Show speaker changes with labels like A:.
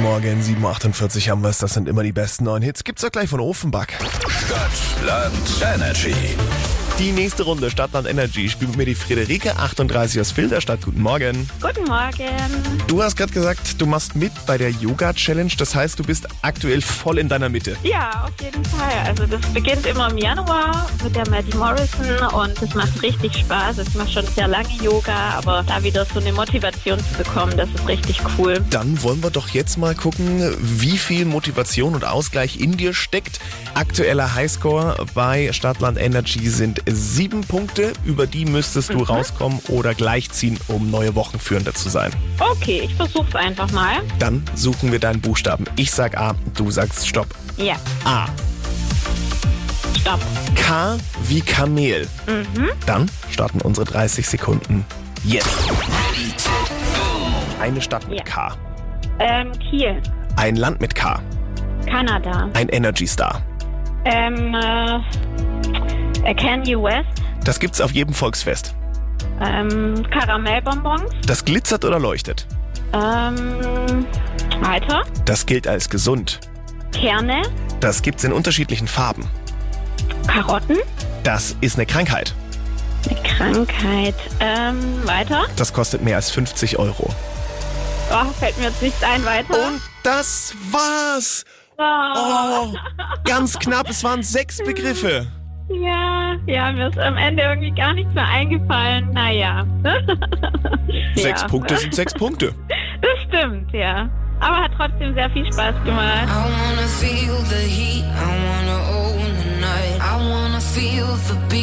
A: Morgen, 7.48 haben wir es. Das sind immer die besten neuen Hits. Gibt's auch gleich von Ofenbach.
B: Stadtland Energy.
A: Die nächste Runde Stadtland Energy spielt mit mir die Friederike, 38 aus Filderstadt. Guten Morgen.
C: Guten Morgen.
A: Du hast gerade gesagt, du machst mit bei der Yoga-Challenge. Das heißt, du bist aktuell voll in deiner Mitte.
C: Ja, auf jeden Fall. Also das beginnt immer im Januar mit der Maddie Morrison und das macht richtig Spaß. Ich mache schon sehr lange Yoga, aber da wieder so eine Motivation zu bekommen, das ist richtig cool.
A: Dann wollen wir doch jetzt mal gucken, wie viel Motivation und Ausgleich in dir steckt. Aktueller Highscore bei Stadtland Energy sind sieben Punkte. Über die müsstest du rauskommen oder gleichziehen, um neue Wochenführender zu sein.
C: Okay, ich versuch's einfach mal.
A: Dann suchen wir deinen Buchstaben. Ich sag A, du sagst Stopp.
C: Ja,
A: A.
C: stopp.
A: K wie Kamel. Dann starten unsere 30 Sekunden jetzt. Eine Stadt mit
C: Ja.
A: K.
C: Ähm, Kiel,
A: Ein Land mit K.
C: Kanada.
A: Ein Energy Star.
C: Ähm, äh, Kanye West,
A: Das gibt's auf jedem Volksfest.
C: ähm, Karamellbonbons.
A: Das glitzert oder leuchtet.
C: Ähm, weiter.
A: Das gilt als gesund.
C: Kerne,
A: Das gibt's in unterschiedlichen Farben.
C: Karotten.
A: Das ist eine Krankheit.
C: Eine Krankheit. Ähm, weiter.
A: Das kostet mehr als 50 Euro.
C: Oh, fällt mir jetzt nichts ein weiter.
A: Und das war's.
C: Oh,
A: Oh, ganz knapp. Es waren sechs Begriffe.
C: ja, ja, mir ist am Ende irgendwie gar nichts mehr eingefallen. Naja.
A: Sechs
C: ja.
A: Punkte sind sechs Punkte.
C: Das stimmt, ja. Aber hat trotzdem sehr viel Spaß gemacht.
D: I wanna feel the heat, I wanna own the night, I wanna feel the beat.